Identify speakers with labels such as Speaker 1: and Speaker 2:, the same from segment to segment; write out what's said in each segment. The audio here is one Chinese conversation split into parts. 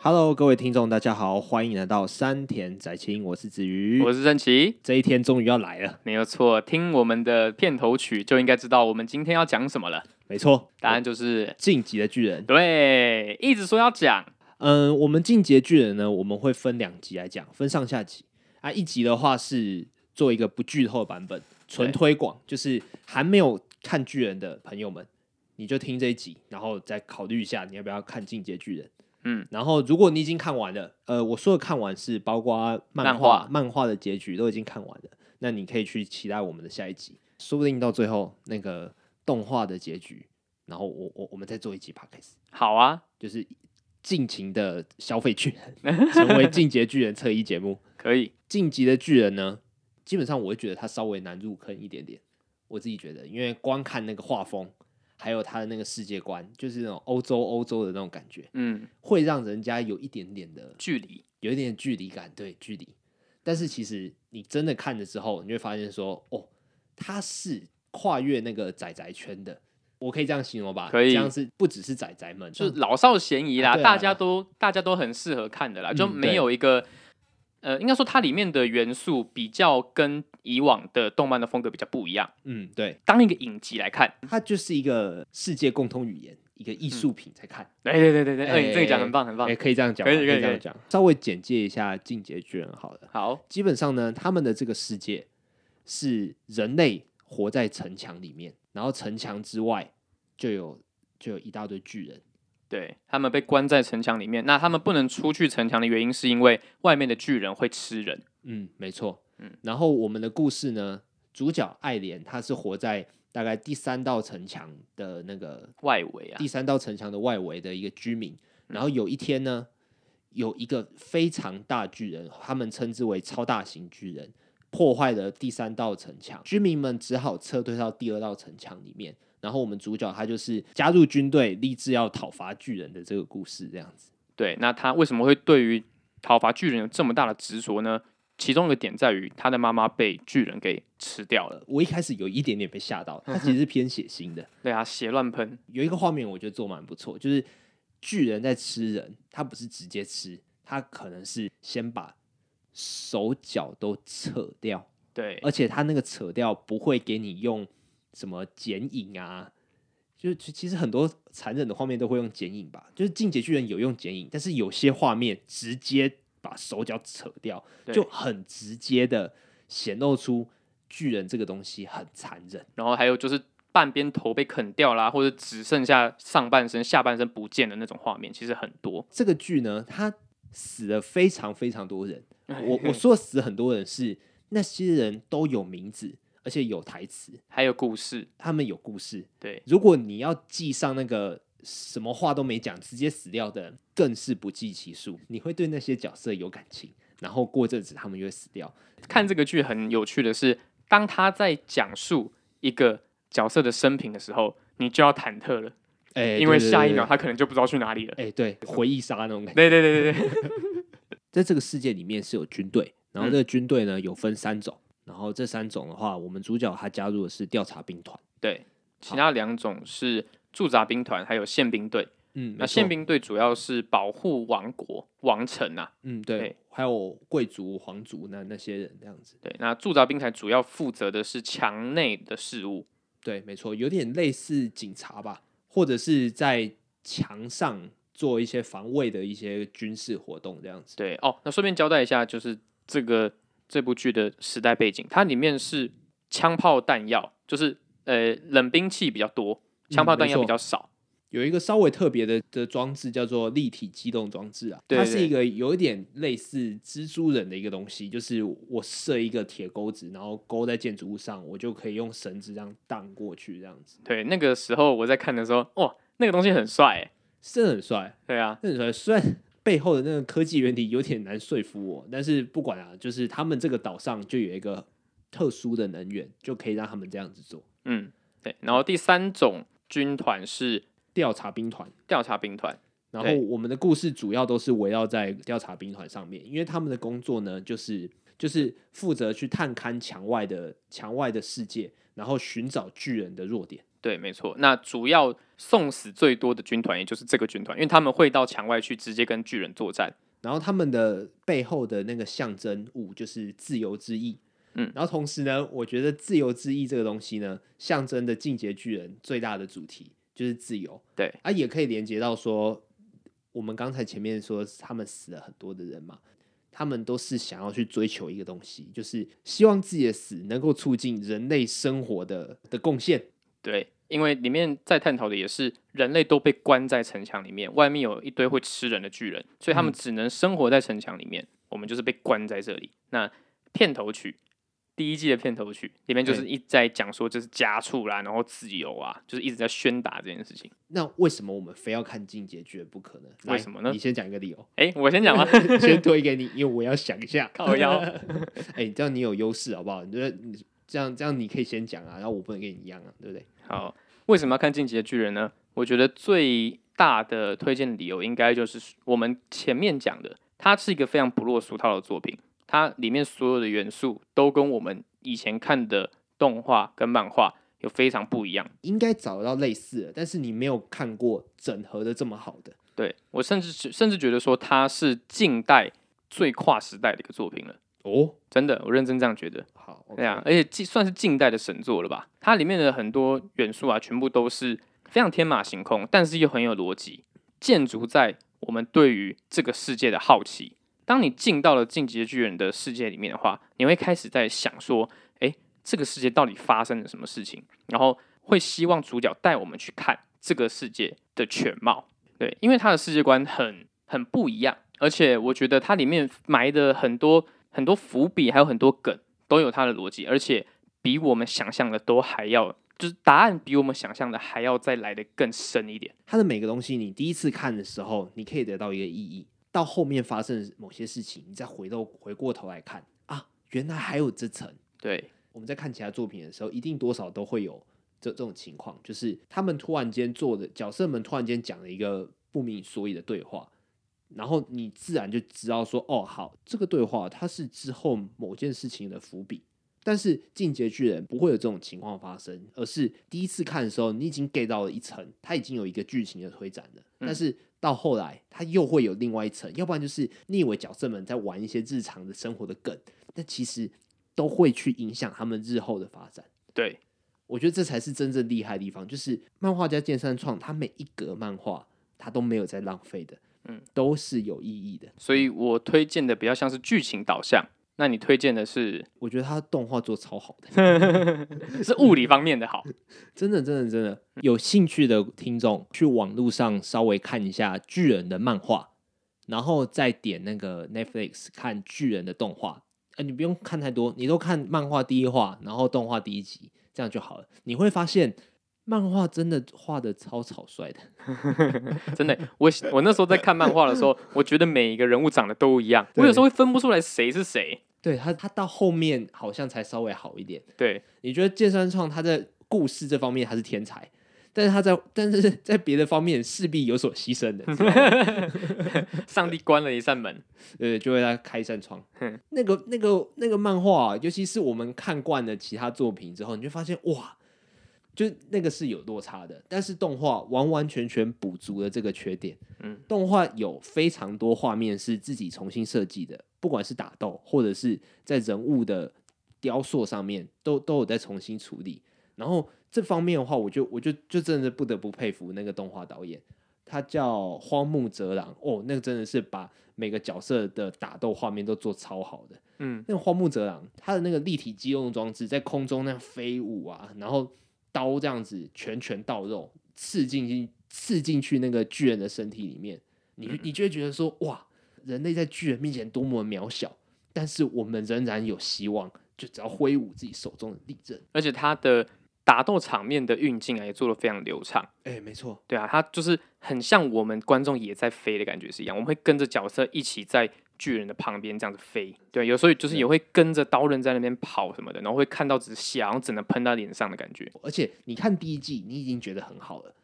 Speaker 1: Hello，各位听众，大家好，欢迎来到山田宅青，我是子瑜。
Speaker 2: 我是郑奇，
Speaker 1: 这一天终于要来了，
Speaker 2: 没有错。听我们的片头曲就应该知道我们今天要讲什么了。
Speaker 1: 没错，
Speaker 2: 答案就是
Speaker 1: 晋级的巨人。
Speaker 2: 对，一直说要讲，
Speaker 1: 嗯，我们晋级的巨人呢，我们会分两集来讲，分上下集啊。一集的话是做一个不剧透的版本，纯
Speaker 2: 对
Speaker 1: 推广，就是还没有看巨人的朋友们，你就听这一集，然后再考虑一下你要不要看晋级的巨人。
Speaker 2: 嗯，
Speaker 1: 然后如果你已经看完了，呃，我说的看完是包括漫画、
Speaker 2: 漫画
Speaker 1: 漫画的结局都已经看完了，那你可以去期待我们的下一集，说不定到最后那个动画的结局，然后我我我们再做一集 p o d c a s
Speaker 2: 好啊，
Speaker 1: 就是尽情的消费巨人， 成为进阶巨人侧一节目。
Speaker 2: 可以。
Speaker 1: 晋级的巨人呢，基本上我会觉得他稍微难入坑一点点，我自己觉得，因为光看那个画风，还有他的那个世界观，就是那种欧洲欧洲的那种感觉，
Speaker 2: 嗯，
Speaker 1: 会让人家有一点点的
Speaker 2: 距离
Speaker 1: 有一点距离感，对距离。但是其实你真的看了之后，你会发现说，哦，他是跨越那个仔仔圈的，我可以这样形容吧？
Speaker 2: 可以
Speaker 1: 这样是不只是仔仔们，
Speaker 2: 就是老少咸宜啦，
Speaker 1: 啊对啊
Speaker 2: 大家都大家都很适合看的啦，
Speaker 1: 嗯
Speaker 2: 就没有一个。呃，应该说它里面的元素比较跟以往的动漫的风格比较不一样。
Speaker 1: 嗯，对。
Speaker 2: 当一个影集来看，
Speaker 1: 它就是一个世界共通语言，一个艺术品在看，
Speaker 2: 对对对对对，哎，
Speaker 1: 哎
Speaker 2: 你这个讲很棒很棒
Speaker 1: 哎、。可以这样讲吧，
Speaker 2: 可以可以
Speaker 1: 这
Speaker 2: 可
Speaker 1: 样
Speaker 2: 以
Speaker 1: 讲。稍微简介一下《进阶巨人》好了，
Speaker 2: 好，
Speaker 1: 基本上呢，他们的这个世界是人类活在城墙里面，然后城墙之外就有就有一大堆巨人，
Speaker 2: 对他们被关在城墙里面，那他们不能出去城墙的原因是因为外面的巨人会吃人。
Speaker 1: 嗯，没错，
Speaker 2: 嗯
Speaker 1: 然后我们的故事呢，主角爱莲她是活在大概第三道城墙的那个
Speaker 2: 外围啊
Speaker 1: 第，三道城墙的外围的一个居民。然后有一天呢，有一个非常大巨人，他们称之为超大型巨人，破坏了第三道城墙，居民们只好撤退到第二道城墙里面。然后我们主角他就是加入军队，立志要讨伐巨人的这个故事，这样子。
Speaker 2: 对，那他为什么会对于讨伐巨人有这么大的执着呢？其中一个点在于他的妈妈被巨人给吃掉了，
Speaker 1: 我一开始有一点点被吓到，它其实是偏血腥的。
Speaker 2: 对啊，血乱喷，
Speaker 1: 有一个画面我觉得做蛮不错，就是巨人在吃人，他不是直接吃，他可能是先把手脚都扯掉，
Speaker 2: 对，
Speaker 1: 而且他那个扯掉不会给你用什么剪影啊，就是其其实很多残忍的画面都会用剪影吧，就是《进阶巨人》有用剪影，但是有些画面直接把手脚扯掉，
Speaker 2: 对
Speaker 1: 就很直接的显露出巨人这个东西很残忍。
Speaker 2: 然后还有就是半边头被啃掉啦，或者只剩下上半身、下半身不见的那种画面，其实很多。
Speaker 1: 这个剧呢，它死了非常非常多人。我我
Speaker 2: 我
Speaker 1: 说死很多人是那些人都有名字，而且有台词，
Speaker 2: 还有故事，
Speaker 1: 他们有故事。
Speaker 2: 对，
Speaker 1: 如果你要记上那个什么话都没讲直接死掉的人，更是不计其数。你会对那些角色有感情，然后过阵子他们就会死掉。
Speaker 2: 看这个剧很有趣的是，当他在讲述一个角色的生平的时候，你就要忐忑了，
Speaker 1: 哎，
Speaker 2: 因为
Speaker 1: 对
Speaker 2: 下一秒，他可能就不知道去哪里了。
Speaker 1: 对对对哎，对，回忆杀那种感觉。
Speaker 2: 对对对对对，
Speaker 1: 在这个世界里面是有军队，然后
Speaker 2: 嗯
Speaker 1: 这个军队呢有分三种，然后这三种的话，我们主角他加入的是调查兵团。
Speaker 2: 对，其他两种是驻扎兵团还有宪兵队。
Speaker 1: 嗯，
Speaker 2: 那
Speaker 1: 没错
Speaker 2: 宪兵队主要是保护王国王城啊，
Speaker 1: 嗯，对，
Speaker 2: 对
Speaker 1: 还有贵族、皇族那那些人这样子，
Speaker 2: 对，那驻扎兵团主要负责的是墙内的事务。
Speaker 1: 对，没错，有点类似警察吧，或者是在墙上做一些防卫的一些军事活动这样子。
Speaker 2: 对哦，那顺便交代一下，就是这个这部剧的时代背景，它里面是枪炮弹药，就是呃冷兵器比较多，枪炮
Speaker 1: 嗯没
Speaker 2: 弹药比
Speaker 1: 错
Speaker 2: 较少。
Speaker 1: 有一个稍微特别的的装置叫做立体机动装置啊，
Speaker 2: 对
Speaker 1: 它
Speaker 2: 对
Speaker 1: 是一个有一点类似蜘蛛人的一个东西，就是我设一个铁钩子，然后勾在建筑物上，我就可以用绳子这样荡过去，这样子，
Speaker 2: 对，那个时候我在看的时候，哇，那个东西很帅欸，
Speaker 1: 是很帅。
Speaker 2: 对啊，
Speaker 1: 那你说，虽然 背后的那个科技原理有点难说服我，但是不管啊，就是他们这个岛上就有一个特殊的能源，就可以让他们这样子做。
Speaker 2: 嗯，对。然后第三种军团是
Speaker 1: 调查兵团，
Speaker 2: 调查兵团，
Speaker 1: 然后
Speaker 2: 对
Speaker 1: 我们的故事主要都是围绕在调查兵团上面，因为他们的工作呢，就是就是负责去探勘墙外的墙外的世界，然后寻找巨人的弱点。
Speaker 2: 对，没错。那主要送死最多的军团，也就是这个军团，因为他们会到墙外去直接跟巨人作战。
Speaker 1: 然后他们的背后的那个象征物就是自由之翼。
Speaker 2: 嗯，
Speaker 1: 然后同时呢，我觉得自由之翼这个东西呢，象征的进阶巨人最大的主题就是自由。
Speaker 2: 对，
Speaker 1: 啊，也可以连接到说，我们刚才前面说他们死了很多的人嘛，他们都是想要去追求一个东西，就是希望自己的死能够促进人类生活的的贡献。
Speaker 2: 对，因为里面在探讨的也是人类都被关在城墙里面，外面有一堆会吃人的巨人，所以他们只能生活在城墙里面。我们就是被关在这里。那片头曲第一季的片头曲里面就是
Speaker 1: 对
Speaker 2: 一直在讲说这是家畜啦，然后自由啊，就是一直在宣达这件事情。
Speaker 1: 那为什么我们非要看进阶巨人不可呢？来
Speaker 2: 为什么呢
Speaker 1: 你先讲一个理由，
Speaker 2: 哎、我先讲吗？
Speaker 1: 先推给你，因为我要想一下。
Speaker 2: 靠腰
Speaker 1: 哎、这样你有优势好不好？你觉得你这样这样你可以先讲啊，然后我不能跟你一样啊，对不对？
Speaker 2: 好，嗯为什么要看《进击的巨人》呢？我觉得最大的推荐理由应该就是我们前面讲的，它是一个非常不落俗套的作品，它里面所有的元素都跟我们以前看的动画跟漫画有非常不一样。
Speaker 1: 应该找得到类似的，但是你没有看过整合的这么好的。
Speaker 2: 对我甚至是甚至觉得说它是近代最跨时代的一个作品了，
Speaker 1: 哦，
Speaker 2: 真的，我认真这样觉得。
Speaker 1: 好
Speaker 2: 对啊
Speaker 1: ，OK，，
Speaker 2: 而且既算是近代的神作了吧？它里面的很多元素啊，全部都是非常天马行空，但是又很有逻辑，建筑在我们对于这个世界的好奇。当你进到了《进击的巨人》的世界里面的话，你会开始在想说，诶，这个世界到底发生了什么事情？然后会希望主角带我们去看这个世界的全貌。对，因为他的世界观很很不一样，而且我觉得它里面埋的很多很多伏笔，还有很多梗。都有它的逻辑，而且比我们想象的都还要，就是答案比我们想象的还要再来的更深一点。
Speaker 1: 它的每个东西，你第一次看的时候，你可以得到一个意义；到后面发生某些事情，你再回头回过头来看啊，原来还有这层。
Speaker 2: 对，
Speaker 1: 我们在看其他作品的时候，一定多少都会有这这种情况，就是他们突然间做的角色们突然间讲了一个不明所以的对话，然后你自然就知道说，哦，好，这个对话它是之后某件事情的伏笔。但是进阶巨人不会有这种情况发生，而是第一次看的时候，你已经 get 到了一层，它已经有一个剧情的推展了。但是到后来，它又会有另外一层，要不然就是你以为角色们在玩一些日常的生活的梗，但其实都会去影响他们日后的发展。
Speaker 2: 对，
Speaker 1: 我觉得这才是真正厉害的地方，就是漫画家剑三创，他每一格漫画他都没有在浪费的，
Speaker 2: 嗯，
Speaker 1: 都是有意义的。
Speaker 2: 所以我推荐的比较像是剧情导向，那你推荐的是
Speaker 1: 我觉得他动画做超好的，
Speaker 2: 是物理方面的好。
Speaker 1: 真的，真的，真的。有兴趣的听众去网络上稍微看一下巨人的漫画，然后再点那个 Netflix 看巨人的动画。呃，你不用看太多，你都看漫画第一话，然后动画第一集，这样就好了。你会发现，漫画真的画的超草率的。
Speaker 2: 真的，我我那时候在看漫画的时候，我觉得每一个人物长得都一样，我有时候会分不出来谁是谁。
Speaker 1: 对他，他到后面好像才稍微好一点。
Speaker 2: 对，
Speaker 1: 你觉得剑三创他在故事这方面他是天才，但是他在但是在别的方面势必有所牺牲的，你知道吗
Speaker 2: 上帝关了一扇门。
Speaker 1: 呃，就为他开一扇窗
Speaker 2: 嗯。
Speaker 1: 那个那个那个漫画、啊，尤其是我们看惯了其他作品之后，你就发现哇，就那个是有落差的，但是动画完完全全补足了这个缺点。
Speaker 2: 嗯，
Speaker 1: 动画有非常多画面是自己重新设计的，不管是打斗或者是在人物的雕塑上面，都都有在重新处理。然后这方面的话，我就我就就真的不得不佩服那个动画导演，他叫荒木哲郎哦，那个真的是把每个角色的打斗画面都做超好的。
Speaker 2: 嗯，
Speaker 1: 那个荒木哲郎他的那个立体机动装置在空中那样飞舞啊，然后刀这样子拳拳到肉，刺进去刺进去那个巨人的身体里面，你你就会觉得说哇，人类在巨人面前多么渺小，但是我们仍然有希望，就只要挥舞自己手中的利刃。
Speaker 2: 而且他的打斗场面的运镜啊，也做的非常流畅。
Speaker 1: 哎、没错，
Speaker 2: 对啊，它就是很像我们观众也在飞的感觉是一样，我们会跟着角色一起在巨人的旁边这样子飞。对，有时候就是也会跟着刀刃在那边跑什么的，然后会看到只是血，然后只能喷到脸上的感觉。
Speaker 1: 而且你看第一季你已经觉得很好了，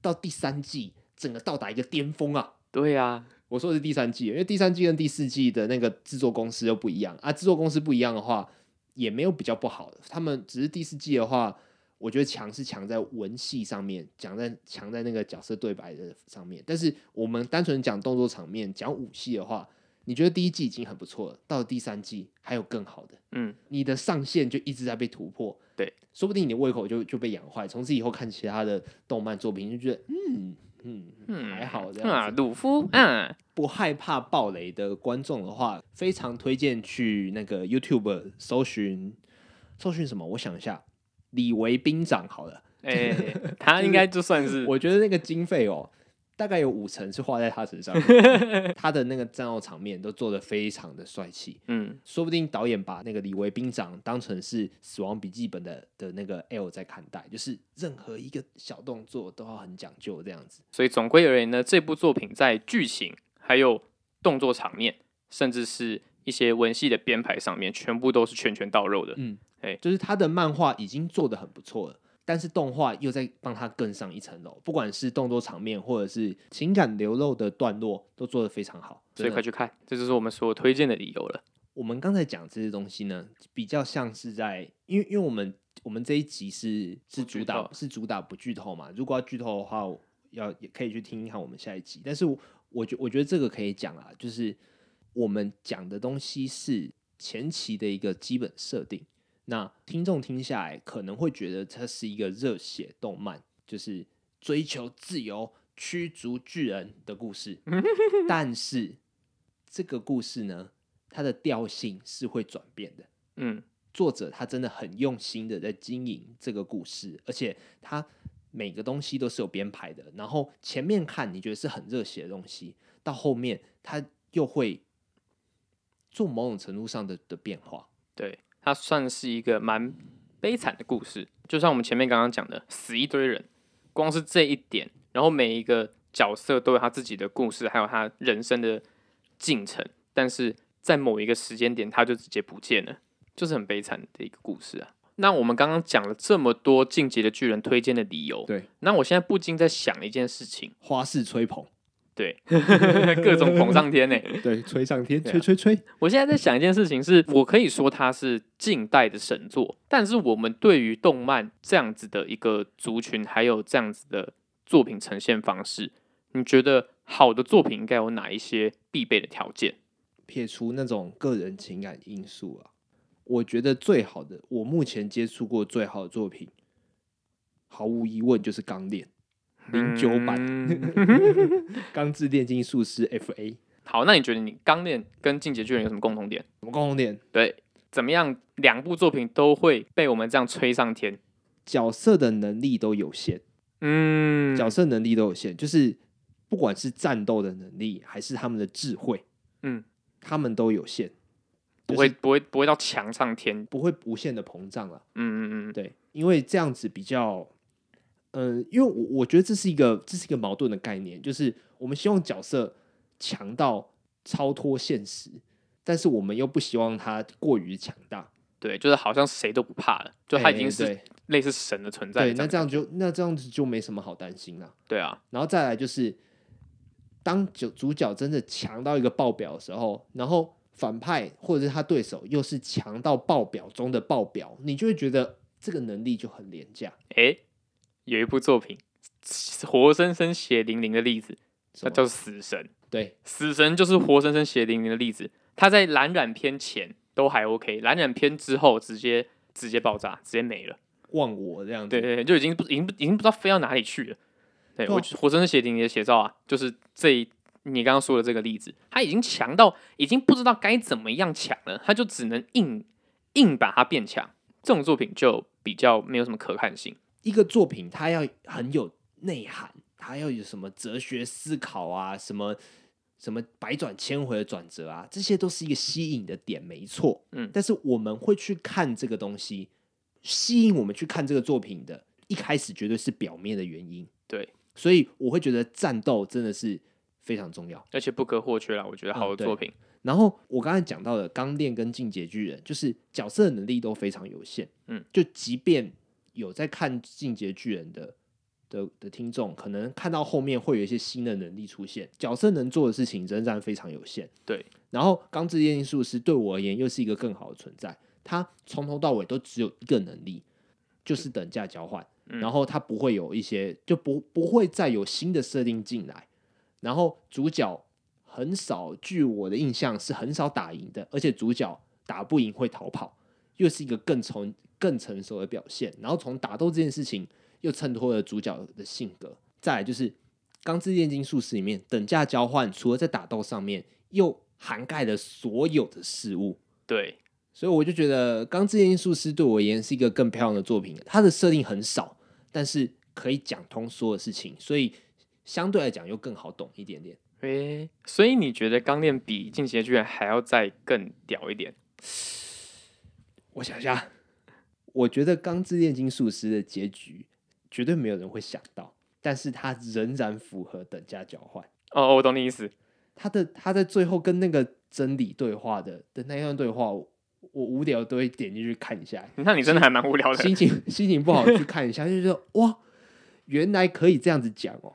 Speaker 1: 到第三季整个到达一个巅峰啊！
Speaker 2: 对啊，
Speaker 1: 我说的是第三季，因为第三季跟第四季的那个制作公司又不一样啊。制作公司不一样的话，也没有比较不好的。他们只是第四季的话，我觉得强是强在文戏上面，讲在强在那个角色对白的上面。但是我们单纯讲动作场面、讲武戏的话，你觉得第一季已经很不错了，到了第三季还有更好的，
Speaker 2: 嗯，
Speaker 1: 你的上限就一直在被突破。
Speaker 2: 对，
Speaker 1: 说不定你的胃口就就被养坏，从此以后看其他的动漫作品就觉得，嗯嗯嗯，还好这样子。
Speaker 2: 啊，鲁夫， 嗯，
Speaker 1: 不害怕暴雷的观众的话，非常推荐去那个 YouTube 搜寻搜寻什么？我想一下，李维兵长好了，
Speaker 2: 哎、他应该就算是
Speaker 1: 我觉得那个经费哦，大概有五成是花在他身上，他的那个战斗场面都做得非常的帅气。
Speaker 2: 嗯，
Speaker 1: 说不定导演把那个李维兵长当成是《死亡笔记本的》的那个 L 在看待，就是任何一个小动作都要很讲究这样子。
Speaker 2: 所以总归而言呢，这部作品在剧情、还有动作场面，甚至是一些文戏的编排上面，全部都是拳拳到肉的。
Speaker 1: 嗯，
Speaker 2: 哎
Speaker 1: 就是他的漫画已经做得很不错了，但是动画又在帮他更上一层楼，不管是动作场面或者是情感流露的段落，都做得非常好。
Speaker 2: 所以
Speaker 1: 真
Speaker 2: 快
Speaker 1: 的
Speaker 2: 去看，这就是我们所推荐的理由了。
Speaker 1: 我们刚才讲这些东西呢，比较像是在，因为因为我们我们这一集是是
Speaker 2: 不剧
Speaker 1: 主打
Speaker 2: 透
Speaker 1: 是主打不剧透嘛，如果要剧透的话，我要也可以去听听看我们下一集。但是我我觉我觉得这个可以讲啊，就是我们讲的东西是前期的一个基本设定。那听众听下来可能会觉得它是一个热血动漫，就是追求自由、驱逐巨人的故事。但是这个故事呢，它的调性是会转变的。
Speaker 2: 嗯，
Speaker 1: 作者他真的很用心的在经营这个故事，而且他每个东西都是有编排的。然后前面看你觉得是很热血的东西，到后面他又会做某种程度上的的变化。
Speaker 2: 对，它算是一个蛮悲惨的故事。就像我们前面刚刚讲的，死一堆人，光是这一点，然后每一个角色都有他自己的故事，还有他人生的进程，但是在某一个时间点，他就直接不见了，就是很悲惨的一个故事啊。那我们刚刚讲了这么多《进击的巨人》推荐的理由，
Speaker 1: 对，
Speaker 2: 那我现在不禁在想一件事情，
Speaker 1: 花式吹捧，
Speaker 2: 对， 各种捧上天呢、
Speaker 1: 对，吹上天，
Speaker 2: 对啊
Speaker 1: 吹吹。
Speaker 2: 我现在在想一件事情是，我可以说它是近代的神作，但是我们对于动漫这样子的一个族群，还有这样子的作品呈现方式，你觉得好的作品应该有哪一些必备的条件？
Speaker 1: 撇除那种个人情感因素啊，我觉得最好的，我目前接触过最好的作品，毫无疑问就是《钢炼》零九版
Speaker 2: 嗯
Speaker 1: 《钢之炼金术师 F.A》。
Speaker 2: 好，那你觉得你《钢炼》跟《进阶巨人》有什么共同点？
Speaker 1: 什么共同点？
Speaker 2: 对，怎么样两部作品都会被我们这样吹上天？
Speaker 1: 角色的能力都有限，
Speaker 2: 嗯，
Speaker 1: 角色能力都有限，就是不管是战斗的能力，还是他们的智慧，
Speaker 2: 嗯，
Speaker 1: 他们都有限，
Speaker 2: 不会不会不会到强上天？
Speaker 1: 不会无限的膨胀了。
Speaker 2: 嗯嗯嗯，
Speaker 1: 对，因为这样子比较，嗯、因为我我觉得这是一个这是一个矛盾的概念，就是我们希望角色强到超脱现实，但是我们又不希望他过于强大，
Speaker 2: 对，就是好像谁都不怕了，就他已经是
Speaker 1: 哎
Speaker 2: 类似神的存在
Speaker 1: 对对，
Speaker 2: 的
Speaker 1: 那
Speaker 2: 感觉。
Speaker 1: 这样就那这样子就没什么好担心了。
Speaker 2: 对啊，
Speaker 1: 然后再来就是，当主主角真的强到一个爆表的时候，然后反派或者是他对手又是强到爆表中的爆表，你就会觉得这个能力就很廉价。
Speaker 2: 诶，有一部作品活生生血淋淋的例子，
Speaker 1: 什
Speaker 2: 那
Speaker 1: 么
Speaker 2: 叫《死神》。
Speaker 1: 对
Speaker 2: 死神就是活生生血淋淋的例子。他在蓝染片前都还 OK，蓝染片之后直接直接爆炸，直接没了。
Speaker 1: 忘我这样子，
Speaker 2: 对对对，就已经不已经不已经不知道飞到哪里去了。
Speaker 1: 对
Speaker 2: 对
Speaker 1: 啊
Speaker 2: 我就活生生血淋淋的写照啊，就是这一你刚刚说的这个例子，他已经强到已经不知道该怎么样强了，他就只能硬硬把它变强。这种作品就比较没有什么可看性。
Speaker 1: 一个作品它要很有内涵，它要有什么哲学思考啊，什么什么百转千回的转折啊，这些都是一个吸引的点，没错。
Speaker 2: 嗯
Speaker 1: 但是我们会去看这个东西，吸引我们去看这个作品的，一开始绝对是表面的原因。
Speaker 2: 对，
Speaker 1: 所以我会觉得战斗真的是非常重要。
Speaker 2: 而且不可或缺啦。我觉得好
Speaker 1: 嗯
Speaker 2: 的
Speaker 1: 对
Speaker 2: 作品，
Speaker 1: 然后我刚才讲到的钢炼跟进阶巨人，就是角色能力都非常有限。
Speaker 2: 嗯，
Speaker 1: 就即便有在看进阶巨人的的的听众，可能看到后面会有一些新的能力出现，角色能做的事情仍然非常有限。
Speaker 2: 对，
Speaker 1: 然后钢之炼金术师对我而言又是一个更好的存在，他从头到尾都只有一个能力，就是等价交换，
Speaker 2: 嗯
Speaker 1: 然后它不会有一些就不不会再有新的设定进来，然后主角很少，据我的印象是很少打赢的，而且主角打不赢会逃跑，又是一个更成更成熟的表现，然后从打斗这件事情又衬托了主角的性格，再来就是。《钢之炼金术师》里面等价交换，除了在打斗上面，又涵盖了所有的事物，
Speaker 2: 对，
Speaker 1: 所以我就觉得《钢之炼金术师》对我而言是一个更漂亮的作品。它的设定很少，但是可以讲通所有事情，所以相对来讲又更好懂一点点。
Speaker 2: 诶、所以你觉得《钢炼》比《进阶巨人》还要再更屌一点？
Speaker 1: 我想一下，我觉得《钢之炼金术师》的结局绝对没有人会想到，但是它仍然符合等价交换。
Speaker 2: 哦，我懂你意思。
Speaker 1: 他的他在最后跟那个真理对话的的那一段对话，我我无聊都会点进去看一下，
Speaker 2: 那你真的还蛮无聊的。
Speaker 1: 心情心情不好去看一下，就觉得哇，原来可以这样子讲哦。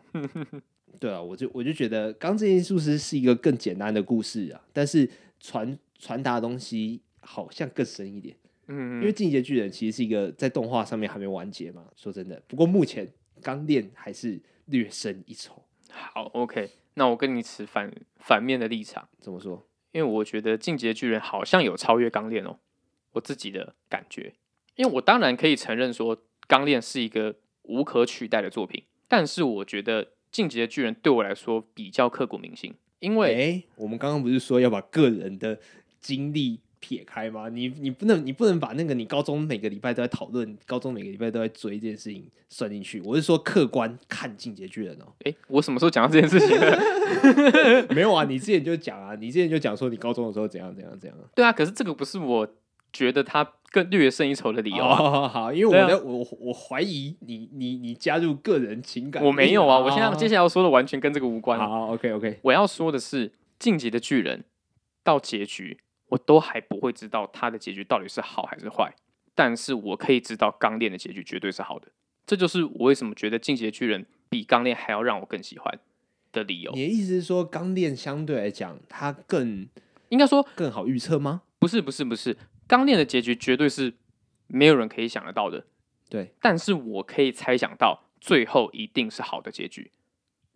Speaker 1: 对啊，我就我就觉得《钢之炼金术师》是一个更简单的故事啊，但是传传达的东西好像更深一点，因
Speaker 2: 嗯，
Speaker 1: 为《进阶巨人》其实是一个在动画上面还没完结嘛。说真的，不过目前《钢炼》还是略胜一筹。
Speaker 2: 好，OK，那我跟你持反反面的立场，
Speaker 1: 怎么说？
Speaker 2: 因为我觉得《进阶巨人》好像有超越《钢炼》哦，我自己的感觉。因为我当然可以承认说，《钢炼》是一个无可取代的作品，但是我觉得《进阶巨人》对我来说比较刻骨铭心，因为
Speaker 1: 诶我们刚刚不是说要把个人的经历撇开吗？你你不能你不能把那个你高中每个礼拜都在讨论，高中每个礼拜都在追这件事情算进去。我是说客观看《进阶巨 人》哦，
Speaker 2: 诶，我什么时候讲到这件事情了？
Speaker 1: 没有啊，你之前就讲啊，你之前就讲说你高中的时候怎样怎样怎样啊。
Speaker 2: 对啊，可是这个不是我觉得它更略胜一筹的理由啊。
Speaker 1: 哦，好，因为我
Speaker 2: 对啊
Speaker 1: 在、我我我怀疑你你你加入个人情感，
Speaker 2: 我没有啊，
Speaker 1: 好
Speaker 2: 我现在接下来要说的完全跟这个无关
Speaker 1: 哦好
Speaker 2: 啊。
Speaker 1: 好 OK OK，
Speaker 2: 我要说的是，《进击的巨人》到结局，我都还不会知道它的结局到底是好还是坏，但是我可以知道《钢炼》的结局绝对是好的。这就是我为什么觉得《进击的巨人》比《钢炼》还要让我更喜欢的理由。
Speaker 1: 你的意思是说钢炼相对来讲它更
Speaker 2: 应该说，
Speaker 1: 更好预测吗？
Speaker 2: 不是，不是，不是，《钢炼》的结局绝对是没有人可以想得到的，
Speaker 1: 对，
Speaker 2: 但是我可以猜想到最后一定是好的结局，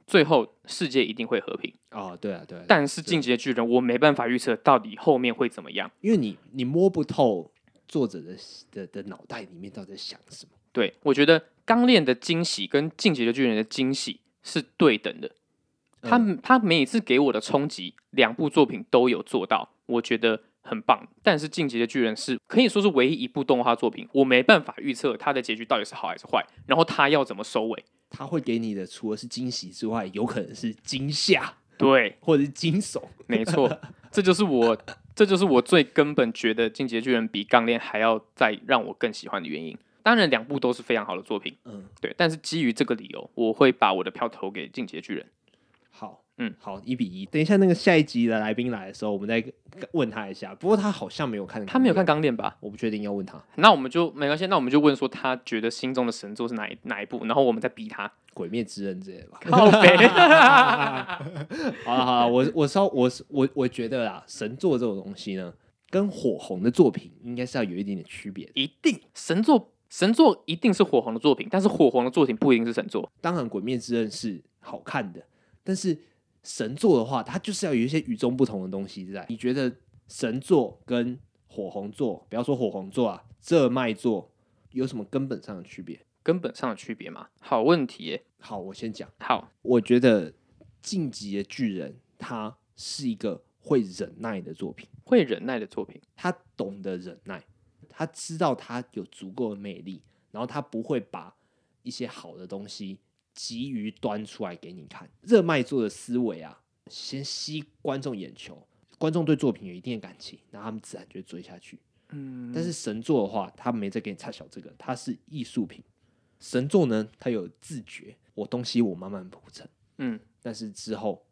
Speaker 2: 最后世界一定会和平。
Speaker 1: 哦，对啊对啊，
Speaker 2: 但是《进击的巨人》，我没办法预测到底后面会怎么样。
Speaker 1: 因为你你摸不透作者的的的脑袋里面到底在想什么。
Speaker 2: 对，我觉得《钢炼》的惊喜跟《进击的巨人》的惊喜是对等的。他
Speaker 1: 嗯
Speaker 2: 他每一次给我的冲击，两部作品都有做到，我觉得很棒。但是《进击的巨人》是可以说是唯一一部动画作品，我没办法预测它的结局到底是好还是坏，然后它要怎么收尾。
Speaker 1: 他会给你的除了是惊喜之外，有可能是惊吓
Speaker 2: 对，
Speaker 1: 或者是惊悚。
Speaker 2: 没错，这就是我这就是我最根本觉得《进击的巨人》比《钢炼》还要再让我更喜欢的原因。当然，两部都是非常好的作品，
Speaker 1: 嗯，
Speaker 2: 对。但是基于这个理由，我会把我的票投给《进击的巨人》。
Speaker 1: 好，
Speaker 2: 嗯，
Speaker 1: 好，一比一。等一下那个下一集的来宾来的时候，我们再问他一下。不过他好像没有看，
Speaker 2: 他没有看《钢炼》吧？
Speaker 1: 我不确定要问他。
Speaker 2: 那我们就没关系，那我们就问说他觉得心中的神作是哪一哪一部，然后我们再逼他。
Speaker 1: 鬼灭之刃之类的 吧。
Speaker 2: 靠北
Speaker 1: 好了好了，我我稍我是我我觉得啦，神作这种东西呢，跟火红的作品应该是要有一点点区别的。
Speaker 2: 一定神作，神作一定是火红的作品，但是火红的作品不一定是神作。
Speaker 1: 当然，《鬼灭之刃》是好看的，但是神作的话，它就是要有一些与众不同的东西在。你觉得神作跟火红作，不要说火红作啊，这卖作有什么根本上的区别？
Speaker 2: 根本上的区别嘛，好问题耶。
Speaker 1: 好，我先讲，
Speaker 2: 好，
Speaker 1: 我觉得《进击的巨人》它是一个会忍耐的作品，
Speaker 2: 会忍耐的作品，
Speaker 1: 他懂得忍耐，他知道他有足够的魅力，然后他不会把一些好的东西急于端出来给你看。热卖座的思维啊，先吸观众眼球，观众对作品有一定的感情，然后他们自然就会追下去。
Speaker 2: 嗯
Speaker 1: 但是神作的话，他没再给你插小这个，它是艺术品。神作呢，它有自觉，我东西我慢慢铺陈，
Speaker 2: 嗯，
Speaker 1: 但是之后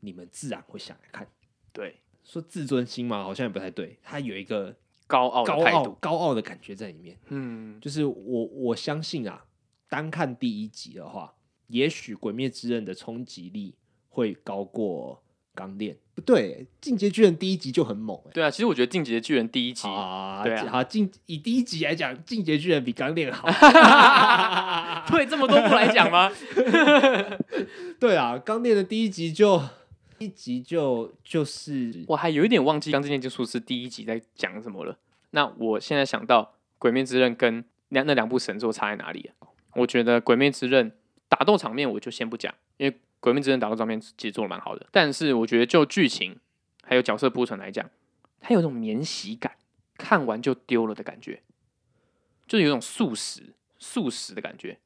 Speaker 1: 你们自然会想来看。
Speaker 2: 对，
Speaker 1: 说自尊心嘛，好像也不太对，它有一个
Speaker 2: 高傲
Speaker 1: 高
Speaker 2: 的态
Speaker 1: 傲
Speaker 2: 度，
Speaker 1: 高傲的感觉在里面。
Speaker 2: 嗯，
Speaker 1: 就是我我相信啊，单看第一集的话，也许《鬼灭之刃》的冲击力会高过《钢炼，不对欸，进阶巨人第一集就很猛哎、
Speaker 2: 对啊，其实我觉得《进击的巨人》第一集，
Speaker 1: 啊
Speaker 2: 对啊
Speaker 1: 好进以第一集来讲，进阶巨人比钢 炼好。
Speaker 2: 对这么多部来讲吗？
Speaker 1: 对啊，钢炼的第一集就第一集就就是
Speaker 2: 我还有一点忘记《钢之炼金术师》第一集在讲什么了。那我现在想到《鬼灭之刃》跟那那两部神作差在哪里了、我觉得《鬼灭之刃》打斗场面我就先不讲，因为《鬼灭之刃》打斗场面其实做的蛮好的。但是我觉得就剧情还有角色铺陈来讲，它有一种免洗感，看完就丢了的感觉，就是有一种速食速食的感觉。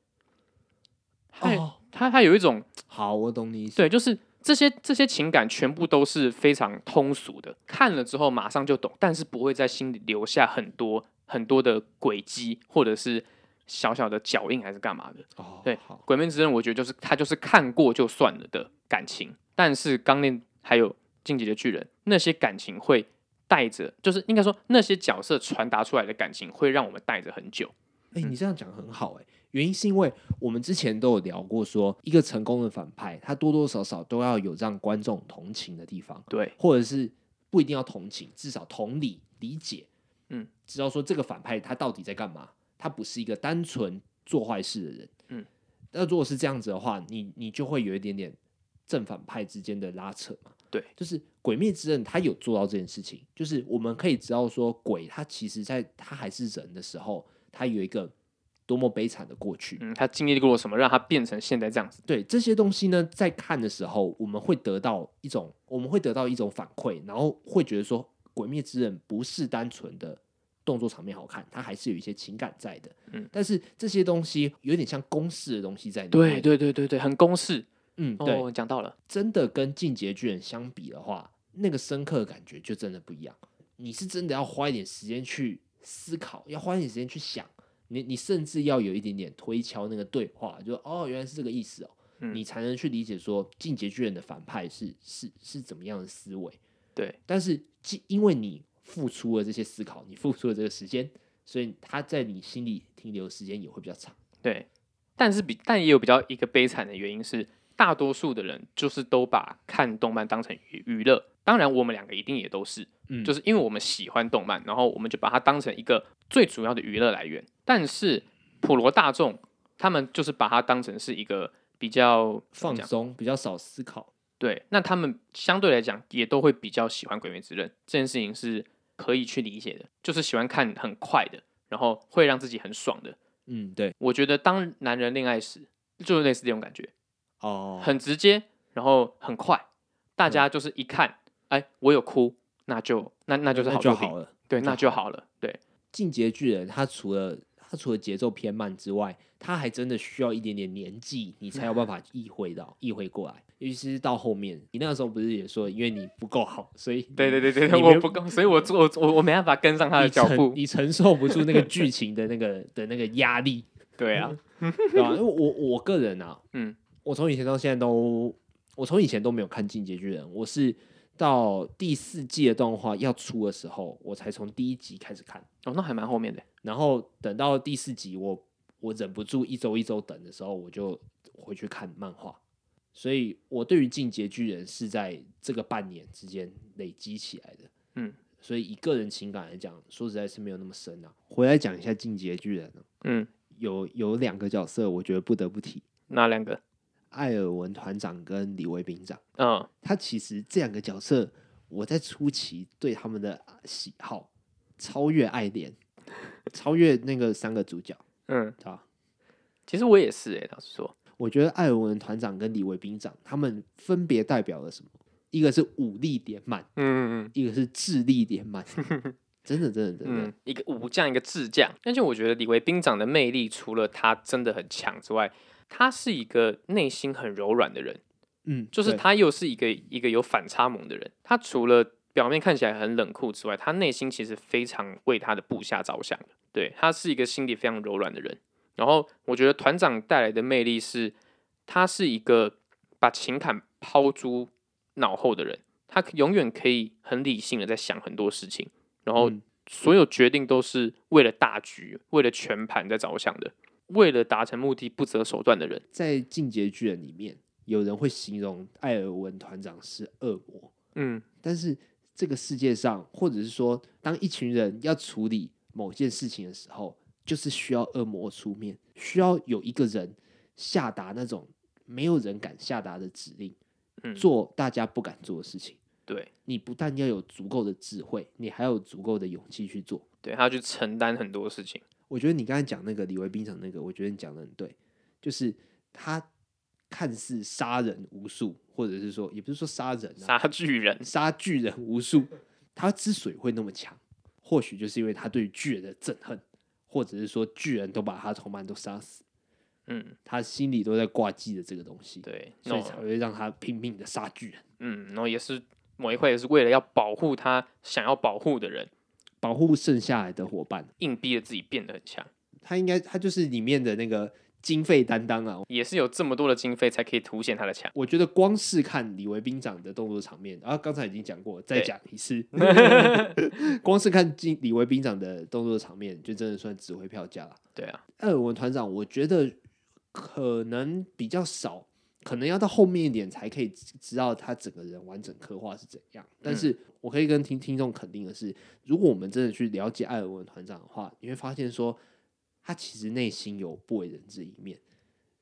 Speaker 2: 它
Speaker 1: 哦，
Speaker 2: 它它有一种
Speaker 1: 好，我懂你意思。
Speaker 2: 对，就是这些这些情感全部都是非常通俗的，看了之后马上就懂，但是不会在心里留下很多很多的轨迹，或者是小小的脚印还是干嘛的。
Speaker 1: 哦，
Speaker 2: 对
Speaker 1: 好，
Speaker 2: 鬼面之刃，我觉得就是他就是看过就算了的感情，但是钢炼还有进击的巨人那些感情会带着，就是应该说那些角色传达出来的感情会让我们带着很久。
Speaker 1: 哎、你这样讲很好哎、原因是因为我们之前都有聊过说一个成功的反派，他多多少少都要有让观众同情的地方，
Speaker 2: 对，
Speaker 1: 或者是不一定要同情，至少同理理解，
Speaker 2: 嗯，
Speaker 1: 知道说这个反派他到底在干嘛，他不是一个单纯做坏事的人，
Speaker 2: 嗯，
Speaker 1: 那如果是这样子的话，你你就会有一点点正反派之间的拉扯嘛，
Speaker 2: 对
Speaker 1: 就是《鬼灭之刃》他有做到这件事情，就是我们可以知道说鬼他其实在他还是人的时候，他有一个多么悲惨的过去，
Speaker 2: 嗯，他经历过了什么，让他变成现在这样子？
Speaker 1: 对这些东西呢，在看的时候，我们会得到一种，我们会得到一种反馈，然后会觉得说，《鬼灭之刃》不是单纯的动作场面好看，它还是有一些情感在的。
Speaker 2: 嗯，
Speaker 1: 但是这些东西有点像公式的东西在里面。
Speaker 2: 对，对对对对，很公式。
Speaker 1: 嗯，对，
Speaker 2: 哦，讲到了。
Speaker 1: 真的跟《进阶巨人》相比的话，那个深刻的感觉就真的不一样。你是真的要花一点时间去思考，要花一点时间去想，你你甚至要有一点点推敲那个对话，就哦，原来是这个意思哦，
Speaker 2: 嗯
Speaker 1: 你才能去理解说《进阶巨人》的反派是是是怎么样的思维。
Speaker 2: 对，
Speaker 1: 但是既因为你付出了这些思考，你付出了这个时间，所以他在你心里停留的时间也会比较长。
Speaker 2: 对，但是比但也有比较一个悲惨的原因是，大多数的人就是都把看动漫当成娱娱乐。当然，我们两个一定也都是，
Speaker 1: 嗯
Speaker 2: 就是因为我们喜欢动漫，然后我们就把它当成一个最主要的娱乐来源。但是普罗大众他们就是把它当成是一个比较怎
Speaker 1: 放
Speaker 2: 么讲
Speaker 1: 松，比较少思考。
Speaker 2: 对，那他们相对来讲也都会比较喜欢《鬼灭之刃》这件事情是可以去理解的，就是喜欢看很快的，然后会让自己很爽的。
Speaker 1: 嗯，对，
Speaker 2: 我觉得当男人恋爱时，就是类似这种感觉，
Speaker 1: 哦嗯
Speaker 2: 很直接，然后很快，大家就是一看，哎，我有哭，那就那那就是好
Speaker 1: 就
Speaker 2: 作品
Speaker 1: 好，了。
Speaker 2: 对，那就好了， 对，
Speaker 1: 进阶巨人，他除了他除了节奏偏慢之外，他还真的需要一点点年纪，你才有办法意会到、意会过来。尤其是到后面，你那个时候不是也说，因为你不够好，所以
Speaker 2: 对对对对
Speaker 1: 你
Speaker 2: 对，
Speaker 1: 没有
Speaker 2: 我不够，所以我做我我我没办法跟上他 的
Speaker 1: 你
Speaker 2: 脚
Speaker 1: 承
Speaker 2: 步，
Speaker 1: 你承受不住那个剧情的那个的那个压力，
Speaker 2: 对啊，
Speaker 1: 对吧、因为我我个人啊，
Speaker 2: 嗯，
Speaker 1: 我从以前到现在都，我从以前都没有看进阶巨人，我是到第四季的动画要出的时候，我才从第一集开始看。
Speaker 2: 哦，那还蛮后面的，
Speaker 1: 然后等到第四集，我我忍不住一周一周等的时候，我就回去看漫画。所以我对于《进阶巨人》是在这个半年之间累积起来的。
Speaker 2: 嗯，
Speaker 1: 所以以个人情感来讲，说实在是没有那么深啊。回来讲一下《进阶巨人》啊，
Speaker 2: 嗯，
Speaker 1: 有有两个角色，我觉得不得不提，
Speaker 2: 那两个，
Speaker 1: 艾尔文团长跟李维兵长。
Speaker 2: 嗯，
Speaker 1: 他其实这两个角色，我在初期对他们的喜好超越爱恋，超越那个三个主角。
Speaker 2: 嗯
Speaker 1: 对啊，
Speaker 2: 其实我也是诶、欸老实说，
Speaker 1: 我觉得艾尔文团长跟李维兵长他们分别代表了什么？一个是武力点满，
Speaker 2: 嗯嗯
Speaker 1: 一个是智力点 满。真的，真的，真的，
Speaker 2: 嗯，一个武将，一个智将，而且我觉得李维兵长的魅力，除了他真的很强之外，他是一个内心很柔软的人，
Speaker 1: 嗯，
Speaker 2: 就是
Speaker 1: 对，
Speaker 2: 他又是一个一个有反差萌的人。他除了表面看起来很冷酷之外，他内心其实非常为他的部下着想的。对他是一个心理非常柔软的人。然后我觉得团长带来的魅力是，他是一个把情感抛诸脑后的人，他永远可以很理性的在想很多事情，然后
Speaker 1: 嗯
Speaker 2: 所有决定都是为了大局、为了全盘在着想的，为了达成目的不择手段的人。
Speaker 1: 在《进阶巨人》里面有人会形容艾尔文团长是恶魔，
Speaker 2: 嗯，
Speaker 1: 但是这个世界上，或者是说，当一群人要处理某件事情的时候，就是需要恶魔出面，需要有一个人下达那种没有人敢下达的指令，
Speaker 2: 嗯
Speaker 1: 做大家不敢做的事情。
Speaker 2: 对
Speaker 1: 你不但要有足够的智慧，你还有足够的勇气去做。
Speaker 2: 对，他要去承担很多事情。
Speaker 1: 我觉得你刚才讲那个李维冰城那个，我觉得你讲的很对，就是他看似杀人无数，或者是说，也不是说杀人啊，
Speaker 2: 杀巨人，
Speaker 1: 杀巨人无数。他之所以会那么强，或许就是因为他对巨人的憎恨，或者是说巨人都把他同伴都杀死，
Speaker 2: 嗯，
Speaker 1: 他心里都在挂记着这个东西，
Speaker 2: 对，
Speaker 1: 所以
Speaker 2: 那
Speaker 1: 才会让他拼命的杀巨人，
Speaker 2: 嗯，然后也是某一块也是为了要保护他想要保护的人，
Speaker 1: 保护剩下来的伙伴。
Speaker 2: 硬逼着自己变得很强，
Speaker 1: 他应该他就是里面的那个经费担当啊。
Speaker 2: 也是有这么多的经费才可以凸显他的强。
Speaker 1: 我觉得光是看李维兵长的动作场面，啊，刚才已经讲过，再
Speaker 2: 对
Speaker 1: 讲一次，光是看金李维兵长的动作场面，就真的算值回票价了。
Speaker 2: 对啊，
Speaker 1: 艾尔文团长，哎我觉得可能比较少，可能要到后面一点才可以知知道他整个人完整刻画是怎样。
Speaker 2: 嗯
Speaker 1: 但是我可以跟听听众肯定的是，如果我们真的去了解艾尔文团长的话，你会发现说他其实内心有不为人知的一面，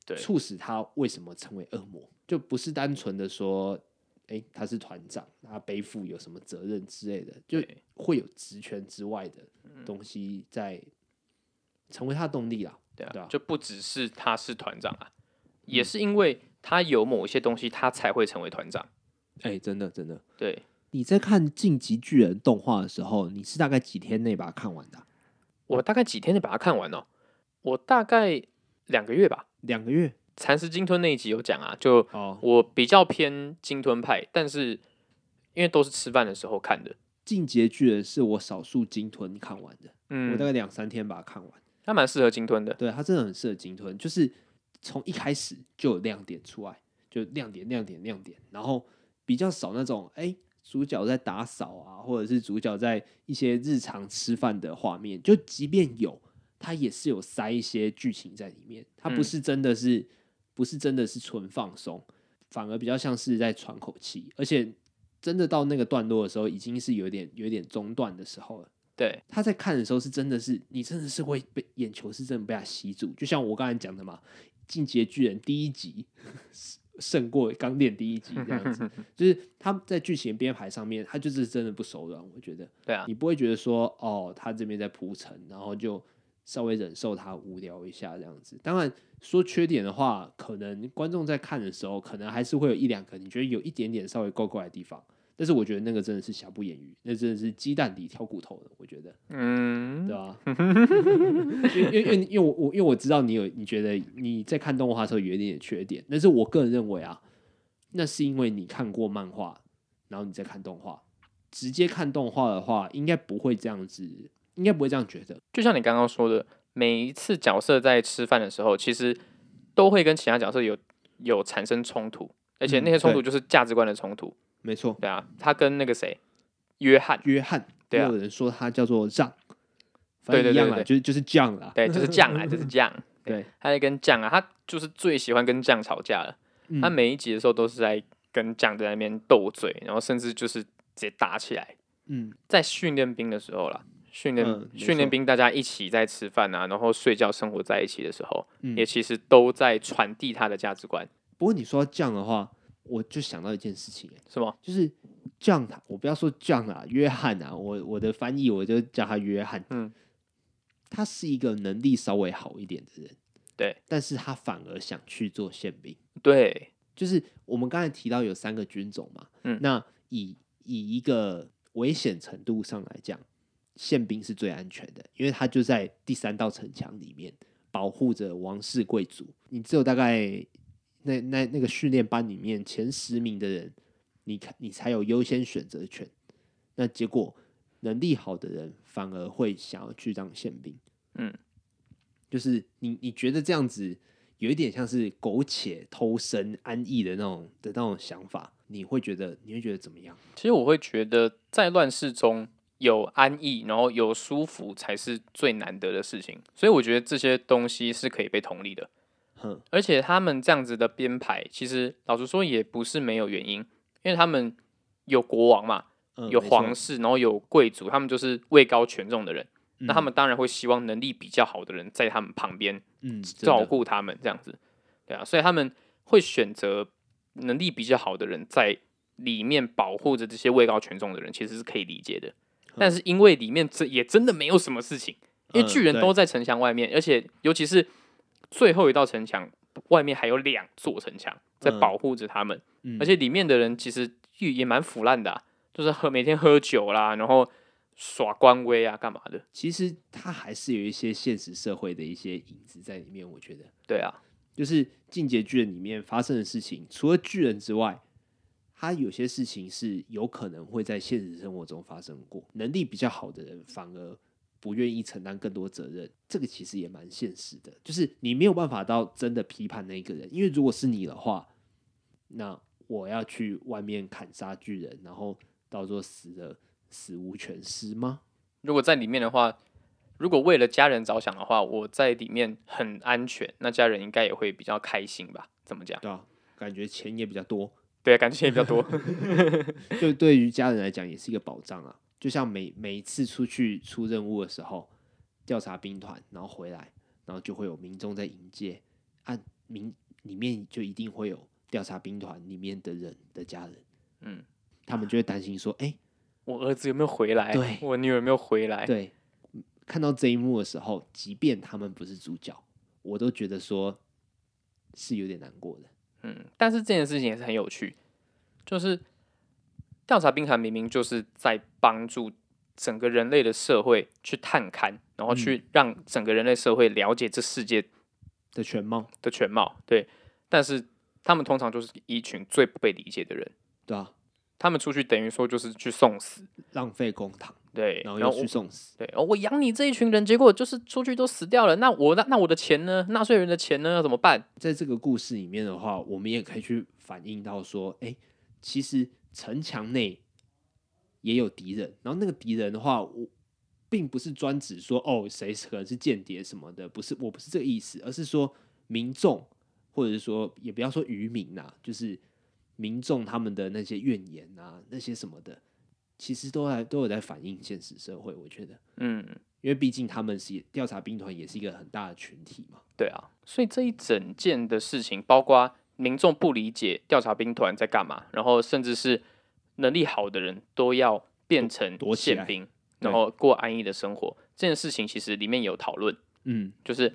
Speaker 2: 对
Speaker 1: 促使他为什么成为恶魔，就不是单纯的说。诶，他是团长，他背负有什么责任之类的，就
Speaker 2: 对
Speaker 1: 会有职权之外的东西在成为他的动力啦。
Speaker 2: 对啊，
Speaker 1: 对啊嗯
Speaker 2: 就不只是他是团长啊，也是因为他有某些东西，他才会成为团长。
Speaker 1: 哎、真的真的，
Speaker 2: 对
Speaker 1: 你在看《晋级巨人》动画的时候，你是大概几天内把它看完的啊、
Speaker 2: 我大概几天就把它看完了、我大概两个月吧。
Speaker 1: 两个月
Speaker 2: 蚕食鲸吞那一集有讲啊，就
Speaker 1: 哦。
Speaker 2: 我比较偏鲸吞派，但是因为都是吃饭的时候看的，
Speaker 1: 《进阶巨人》是我少数鲸吞看完的，我大
Speaker 2: 嗯，
Speaker 1: 概两三天把它看完。
Speaker 2: 他蛮适合鲸吞的。
Speaker 1: 对，它真的很适合鲸吞，就是从一开始就有亮点出来，就亮点亮点亮点，然后比较少那种哎、主角在打扫啊，或者是主角在一些日常吃饭的画面，就即便有，它也是有塞一些剧情在里面，它不
Speaker 2: 嗯
Speaker 1: 是真的是、不是真的是纯放松，反而比较像是在喘口气，而且真的到那个段落的时候，已经是有点有点中断的时候了。
Speaker 2: 对，
Speaker 1: 他在看的时候是真的是，你真的是会被眼球是真的被他吸住，就像我刚才讲的嘛，《进阶巨人》第一集胜过《钢炼》第一集这样 子，就是他在剧情编排上面，他就是真的不手软，我觉得
Speaker 2: 对啊，
Speaker 1: 你不会觉得说哦，他这边在铺陈，然后就稍微忍受他无聊一下这样子。当然说缺点的话，可能观众在看的时候，可能还是会有一两个你觉得有一点点稍微怪怪的地方。但是我觉得那个真的是瑕不掩瑜，那真的是鸡蛋里挑骨头的，我觉得，
Speaker 2: 嗯，
Speaker 1: 对 吧、因 为因为因为因为我我因为我知道你有你觉得你在看动画的时候有一点点缺点，但是我个人认为啊，那是因为你看过漫画，然后你再看动画，直接看动画的话，应该不会这样子，应该不会这样觉得。
Speaker 2: 就像你刚刚说的，每一次角色在吃饭的时候，其实都会跟其他角色有有产生冲突，而且
Speaker 1: 嗯
Speaker 2: 那些冲
Speaker 1: 对
Speaker 2: 突就是价值观的冲突。
Speaker 1: 没错，
Speaker 2: 对啊，他跟那个谁，约翰，
Speaker 1: 约翰，也
Speaker 2: 对啊
Speaker 1: 有人说他叫做让，
Speaker 2: 对
Speaker 1: 反正
Speaker 2: 对
Speaker 1: 一样
Speaker 2: 对
Speaker 1: 啦，
Speaker 2: 对
Speaker 1: 就是就是这样啦。
Speaker 2: 对，就是酱啊，就是酱。
Speaker 1: 对，
Speaker 2: 他在跟酱啊，他就是最喜欢跟酱吵架了。
Speaker 1: 嗯
Speaker 2: 他每一集的时候都是在跟酱在那边斗嘴，然后甚至就是直接打起来。
Speaker 1: 嗯，
Speaker 2: 在训练兵的时候啦，
Speaker 1: 嗯
Speaker 2: 训练
Speaker 1: 没
Speaker 2: 训练
Speaker 1: 错
Speaker 2: 兵大家一起在吃饭啊，然后睡觉生活在一起的时候，
Speaker 1: 嗯
Speaker 2: 也其实都在传递他的价值观，
Speaker 1: 不过你说到这样的话，我就想到一件事情、欸
Speaker 2: 是吗？
Speaker 1: 就是这样他，我不要说这样啊，约翰啊，我我的翻译我就叫他约翰。
Speaker 2: 嗯，
Speaker 1: 他是一个能力稍微好一点的人，
Speaker 2: 对，
Speaker 1: 但是他反而想去做宪兵。
Speaker 2: 对，
Speaker 1: 就是我们刚才提到有三个军种嘛，
Speaker 2: 嗯
Speaker 1: 那以以一个危险程度上来讲，宪兵是最安全的，因为他就在第三道城墙里面保护着王室贵族。你只有大概那那那个训练班里面前十名的人，你看你才有优先选择权。那结果能力好的人反而会想要去当宪兵，
Speaker 2: 嗯，
Speaker 1: 就是你你觉得这样子有一点像是苟且偷生、安逸的那种的那种想法，你会觉得你会觉得怎么样？
Speaker 2: 其实我会觉得在乱世中有安逸，然后有舒服才是最难得的事情，所以我觉得这些东西是可以被同理的。
Speaker 1: 哼
Speaker 2: 而且他们这样子的编排，其实老实说也不是没有原因，因为他们有国王嘛，
Speaker 1: 嗯
Speaker 2: 有
Speaker 1: 没错
Speaker 2: 皇室，然后有贵族，他们就是位高权重的人，
Speaker 1: 嗯
Speaker 2: 那他们当然会希望能力比较好的人在他们旁边
Speaker 1: 嗯真的
Speaker 2: 照顾他们，这样子，对啊，所以他们会选择能力比较好的人在里面保护着这些位高权重的人，其实是可以理解的。但是因为里面这也真的没有什么事情，因
Speaker 1: 嗯
Speaker 2: 为巨人
Speaker 1: 对
Speaker 2: 都在城墙外面，而且尤其是最后一道城墙外面还有两座城墙在
Speaker 1: 嗯
Speaker 2: 保护着他们，
Speaker 1: 嗯
Speaker 2: 而且里面的人其实也也蛮腐烂的、啊，就是喝每天喝酒啦，然后耍官威啊，干嘛的？
Speaker 1: 其实它还是有一些现实社会的一些影子在里面。我觉得，
Speaker 2: 对啊，
Speaker 1: 就是《进阶巨人》里面发生的事情，除了巨人之外，他有些事情是有可能会在现实生活中发生过。能力比较好的人反而不愿意承担更多责任，这个其实也蛮现实的。就是你没有办法到真的批判那个人，因为如果是你的话，那我要去外面砍杀巨人，然后到时候死的死无全尸吗？
Speaker 2: 如果在里面的话，如果为了家人着想的话，我在里面很安全，那家人应该也会比较开心吧？怎么讲？
Speaker 1: 对啊，感觉钱也比较多，
Speaker 2: 对啊，感觉也比较多。
Speaker 1: 就对于家人来讲也是一个保障啊。就像每每一次出去出任务的时候，调查兵团，然后回来，然后就会有民众在迎接，按、啊、民里面就一定会有调查兵团里面的人的家人，
Speaker 2: 嗯，
Speaker 1: 他们就会担心说，哎、
Speaker 2: 我儿子有没有回来？
Speaker 1: 对
Speaker 2: 我女儿有没有回来？
Speaker 1: 对，看到这一幕的时候，即便他们不是主角，我都觉得说是有点难过的。
Speaker 2: 嗯，但是这件事情也是很有趣，就是调查兵团明明就是在帮助整个人类的社会去探勘，然后
Speaker 1: 嗯
Speaker 2: 去让整个人类社会了解这世界
Speaker 1: 的全貌，
Speaker 2: 的全貌，对。但是他们通常就是一群最不被理解的人，
Speaker 1: 对啊，
Speaker 2: 他们出去等于说就是去送死，
Speaker 1: 浪费公堂，
Speaker 2: 对，
Speaker 1: 然后
Speaker 2: 然
Speaker 1: 又
Speaker 2: 后我
Speaker 1: 去送死，
Speaker 2: 对，哦，我养你这一群人，结果就是出去都死掉了，那我那那我的钱呢？纳税人的钱呢？要怎么办？
Speaker 1: 在这个故事里面的话，我们也可以去反映到说，哎、其实城墙内也有敌人，然后那个敌人的话，我并不是专指说哦谁可能是间谍什么的，不是，我不是这个意思，而是说民众或者是说也不要说渔民呐、就是民众他们的那些怨言啊，那些什么的，其实都来都有在反映现实社会，我觉得，
Speaker 2: 嗯，
Speaker 1: 因为毕竟他们是调查兵团，也是一个很大的群体嘛。
Speaker 2: 对啊，所以这一整件的事情，包括民众不理解调查兵团在干嘛，然后甚至是能力好的人都要变成
Speaker 1: 躲躲起
Speaker 2: 宪
Speaker 1: 来
Speaker 2: 兵，
Speaker 1: 对
Speaker 2: 然后过安逸的生活。这件事情其实里面有讨论，
Speaker 1: 嗯，
Speaker 2: 就是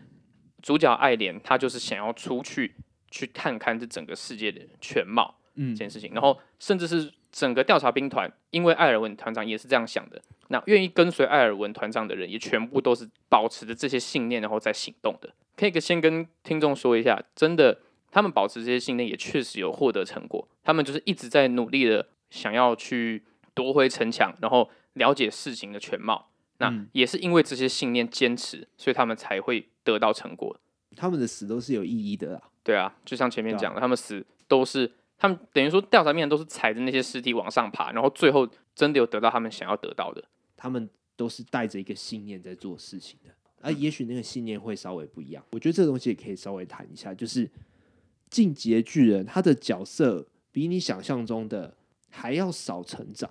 Speaker 2: 主角爱莲她就是想要出去去看看这整个世界的全貌
Speaker 1: 嗯
Speaker 2: 这件事情，然后甚至是整个调查兵团，因为艾尔文团长也是这样想的，那愿意跟随艾尔文团长的人也全部都是保持着这些信念，然后再行动的。可以先跟听众说一下，真的，他们保持这些信念也确实有获得成果，他们就是一直在努力的想要去夺回城墙，然后了解事情的全貌。那
Speaker 1: 嗯
Speaker 2: 也是因为这些信念坚持，所以他们才会得到成果。
Speaker 1: 他们的死都是有意义的啦。
Speaker 2: 对啊，就像前面
Speaker 1: 对啊
Speaker 2: 讲的，他们死都是他们等于说调查面都是踩着那些尸体往上爬，然后最后真的有得到他们想要得到的。
Speaker 1: 他们都是带着一个信念在做事情的，啊，也许那个信念会稍微不一样。我觉得这个东西也可以稍微谈一下，就是《进阶巨人》他的角色比你想象中的还要少成长。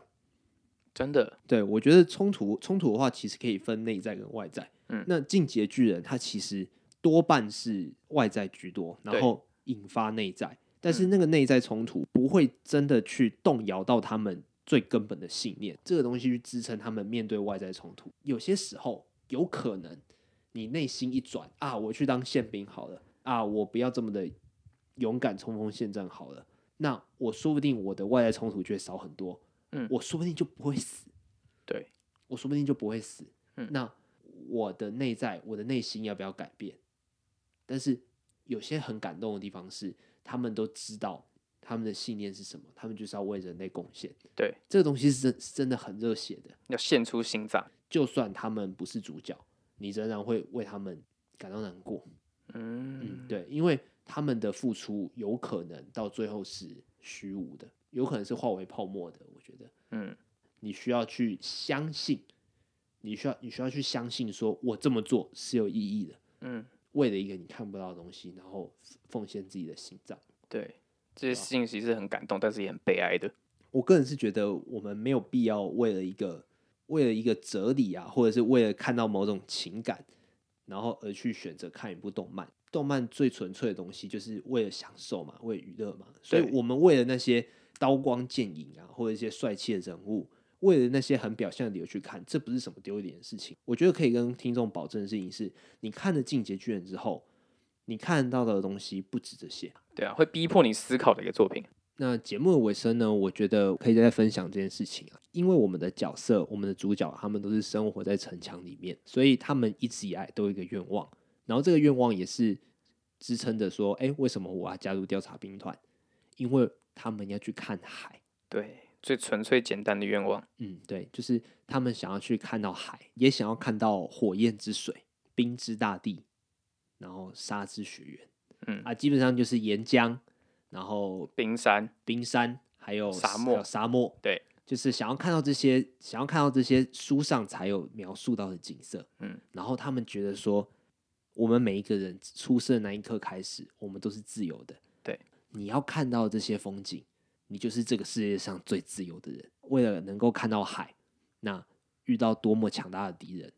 Speaker 2: 真的，
Speaker 1: 对，我觉得冲突冲突的话，其实可以分内在跟外在。
Speaker 2: 嗯
Speaker 1: 那进阶巨人他其实多半是外在居多，然后引发内在，但
Speaker 2: 嗯
Speaker 1: 是那个内在冲突不会真的去动摇到他们最根本的信念，这个东西去支撑他们面对外在冲突。有些时候有可能你内心一转啊，我去当宪兵好了啊，我不要这么的勇敢冲锋陷阵好了。那我说不定我的外在冲突就会少很多，
Speaker 2: 嗯
Speaker 1: 我说不定就不会死，
Speaker 2: 对，
Speaker 1: 我说不定就不会死。
Speaker 2: 嗯
Speaker 1: 那我的内在，我的内心要不要改变？但是有些很感动的地方是，他们都知道他们的信念是什么，他们就是要为人类贡献。
Speaker 2: 对，
Speaker 1: 这个东西是真是真的很热血的，
Speaker 2: 要献出心脏。
Speaker 1: 就算他们不是主角，你仍然会为他们感到难过。嗯，
Speaker 2: 嗯，
Speaker 1: 对，因为他们的付出有可能到最后是虚无的，有可能是化为泡沫的。我觉得，
Speaker 2: 嗯，
Speaker 1: 你需要去相信，你需要你需要去相信，说我这么做是有意义的，
Speaker 2: 嗯，
Speaker 1: 为了一个你看不到的东西，然后奉献自己的心脏。
Speaker 2: 对，这
Speaker 1: 啊
Speaker 2: 些信息是很感动，但是也很悲哀的。
Speaker 1: 我个人是觉得我们没有必要为了一个为了一个哲理啊，或者是为了看到某种情感，然后而去选择看一部动漫。动漫最纯粹的东西就是为了享受嘛，为了娱乐嘛。所以我们为了那些刀光剑影啊，或者一些帅气的人物，为了那些很表象的理由去看，这不是什么丢脸的事情。我觉得可以跟听众保证的事情是，你看了《进阶巨人》之后，你看到的东西不止这些。
Speaker 2: 对啊，会逼迫你思考的一个作品。
Speaker 1: 那节目的尾声呢，我觉得可以再分享这件事情啊，因为我们的角色，我们的主角，他们都是生活在城墙里面，所以他们一直以来都有一个愿望，然后这个愿望也是支撑着说，哎，为什么我要加入调查兵团？因为他们要去看海，
Speaker 2: 对，最纯粹简单的愿望。
Speaker 1: 嗯，对，就是他们想要去看到海，也想要看到火焰之水、冰之大地，然后沙之雪原，
Speaker 2: 嗯
Speaker 1: 啊，基本上就是岩浆，然后
Speaker 2: 冰山，
Speaker 1: 冰山，还有
Speaker 2: 沙漠
Speaker 1: 沙漠，
Speaker 2: 对，
Speaker 1: 就是想要看到这些，想要看到这些书上才有描述到的景色，
Speaker 2: 嗯，
Speaker 1: 然后他们觉得说，我们每一个人出生的那一刻开始，我们都是自由的，
Speaker 2: 对，
Speaker 1: 你要看到这些风景，你就是这个世界上最自由的人。为了能够看到海，那遇到多么强大的敌人，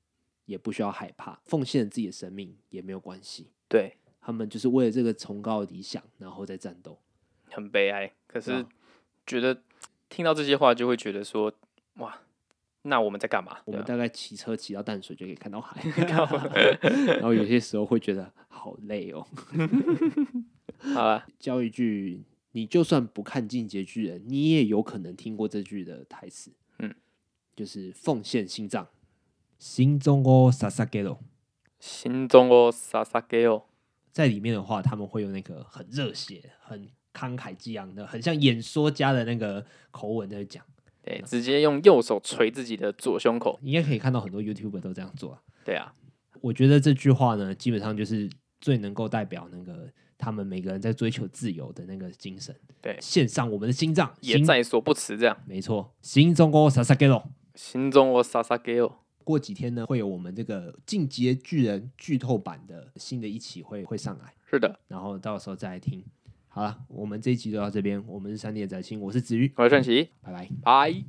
Speaker 1: 也不需要害怕，奉献自己的生命也没有关系。
Speaker 2: 对，
Speaker 1: 他们就是为了这个崇高的理想，然后再战斗。
Speaker 2: 很悲哀。可
Speaker 1: 对啊
Speaker 2: 是觉得听到这些话，就会觉得说，哇，那我们在干嘛？
Speaker 1: 我
Speaker 2: 对
Speaker 1: 们
Speaker 2: 啊
Speaker 1: 大概骑车骑到淡水就可以看到 海，然后有些时候会觉得好累哦。
Speaker 2: 啊好了，
Speaker 1: 教一句，你就算不看《进阶巨人》，你也有可能听过这句的台词。
Speaker 2: 嗯，
Speaker 1: 就是奉献心脏，心中哦萨萨给罗。
Speaker 2: 心中哦，萨萨给哦，
Speaker 1: 在里面的话，他们会有那个很热血、很慷慨激昂的，很像演说家的那个口吻在讲。
Speaker 2: 对，直接用右手捶自己的左胸口。
Speaker 1: 应该可以看到很多 YouTube 都这样做啊。
Speaker 2: 对啊，
Speaker 1: 我觉得这句话呢，基本上就是最能够代表那个他们每个人在追求自由的那个精神。
Speaker 2: 对
Speaker 1: 献上我们的心脏，
Speaker 2: 也
Speaker 1: 心，
Speaker 2: 在所不辞。这样，
Speaker 1: 没错，心中国萨萨给罗。
Speaker 2: 心中哦，萨萨给哦。
Speaker 1: 过几天呢，会有我们这个《进阶巨人》剧透版的新的一期会会上来，
Speaker 2: 是的，
Speaker 1: 然后到时候再来听。好了，我们这一集就到这边，我们是三点仔青，我是子瑜，
Speaker 2: 我是顺奇，
Speaker 1: 拜拜。
Speaker 2: 拜。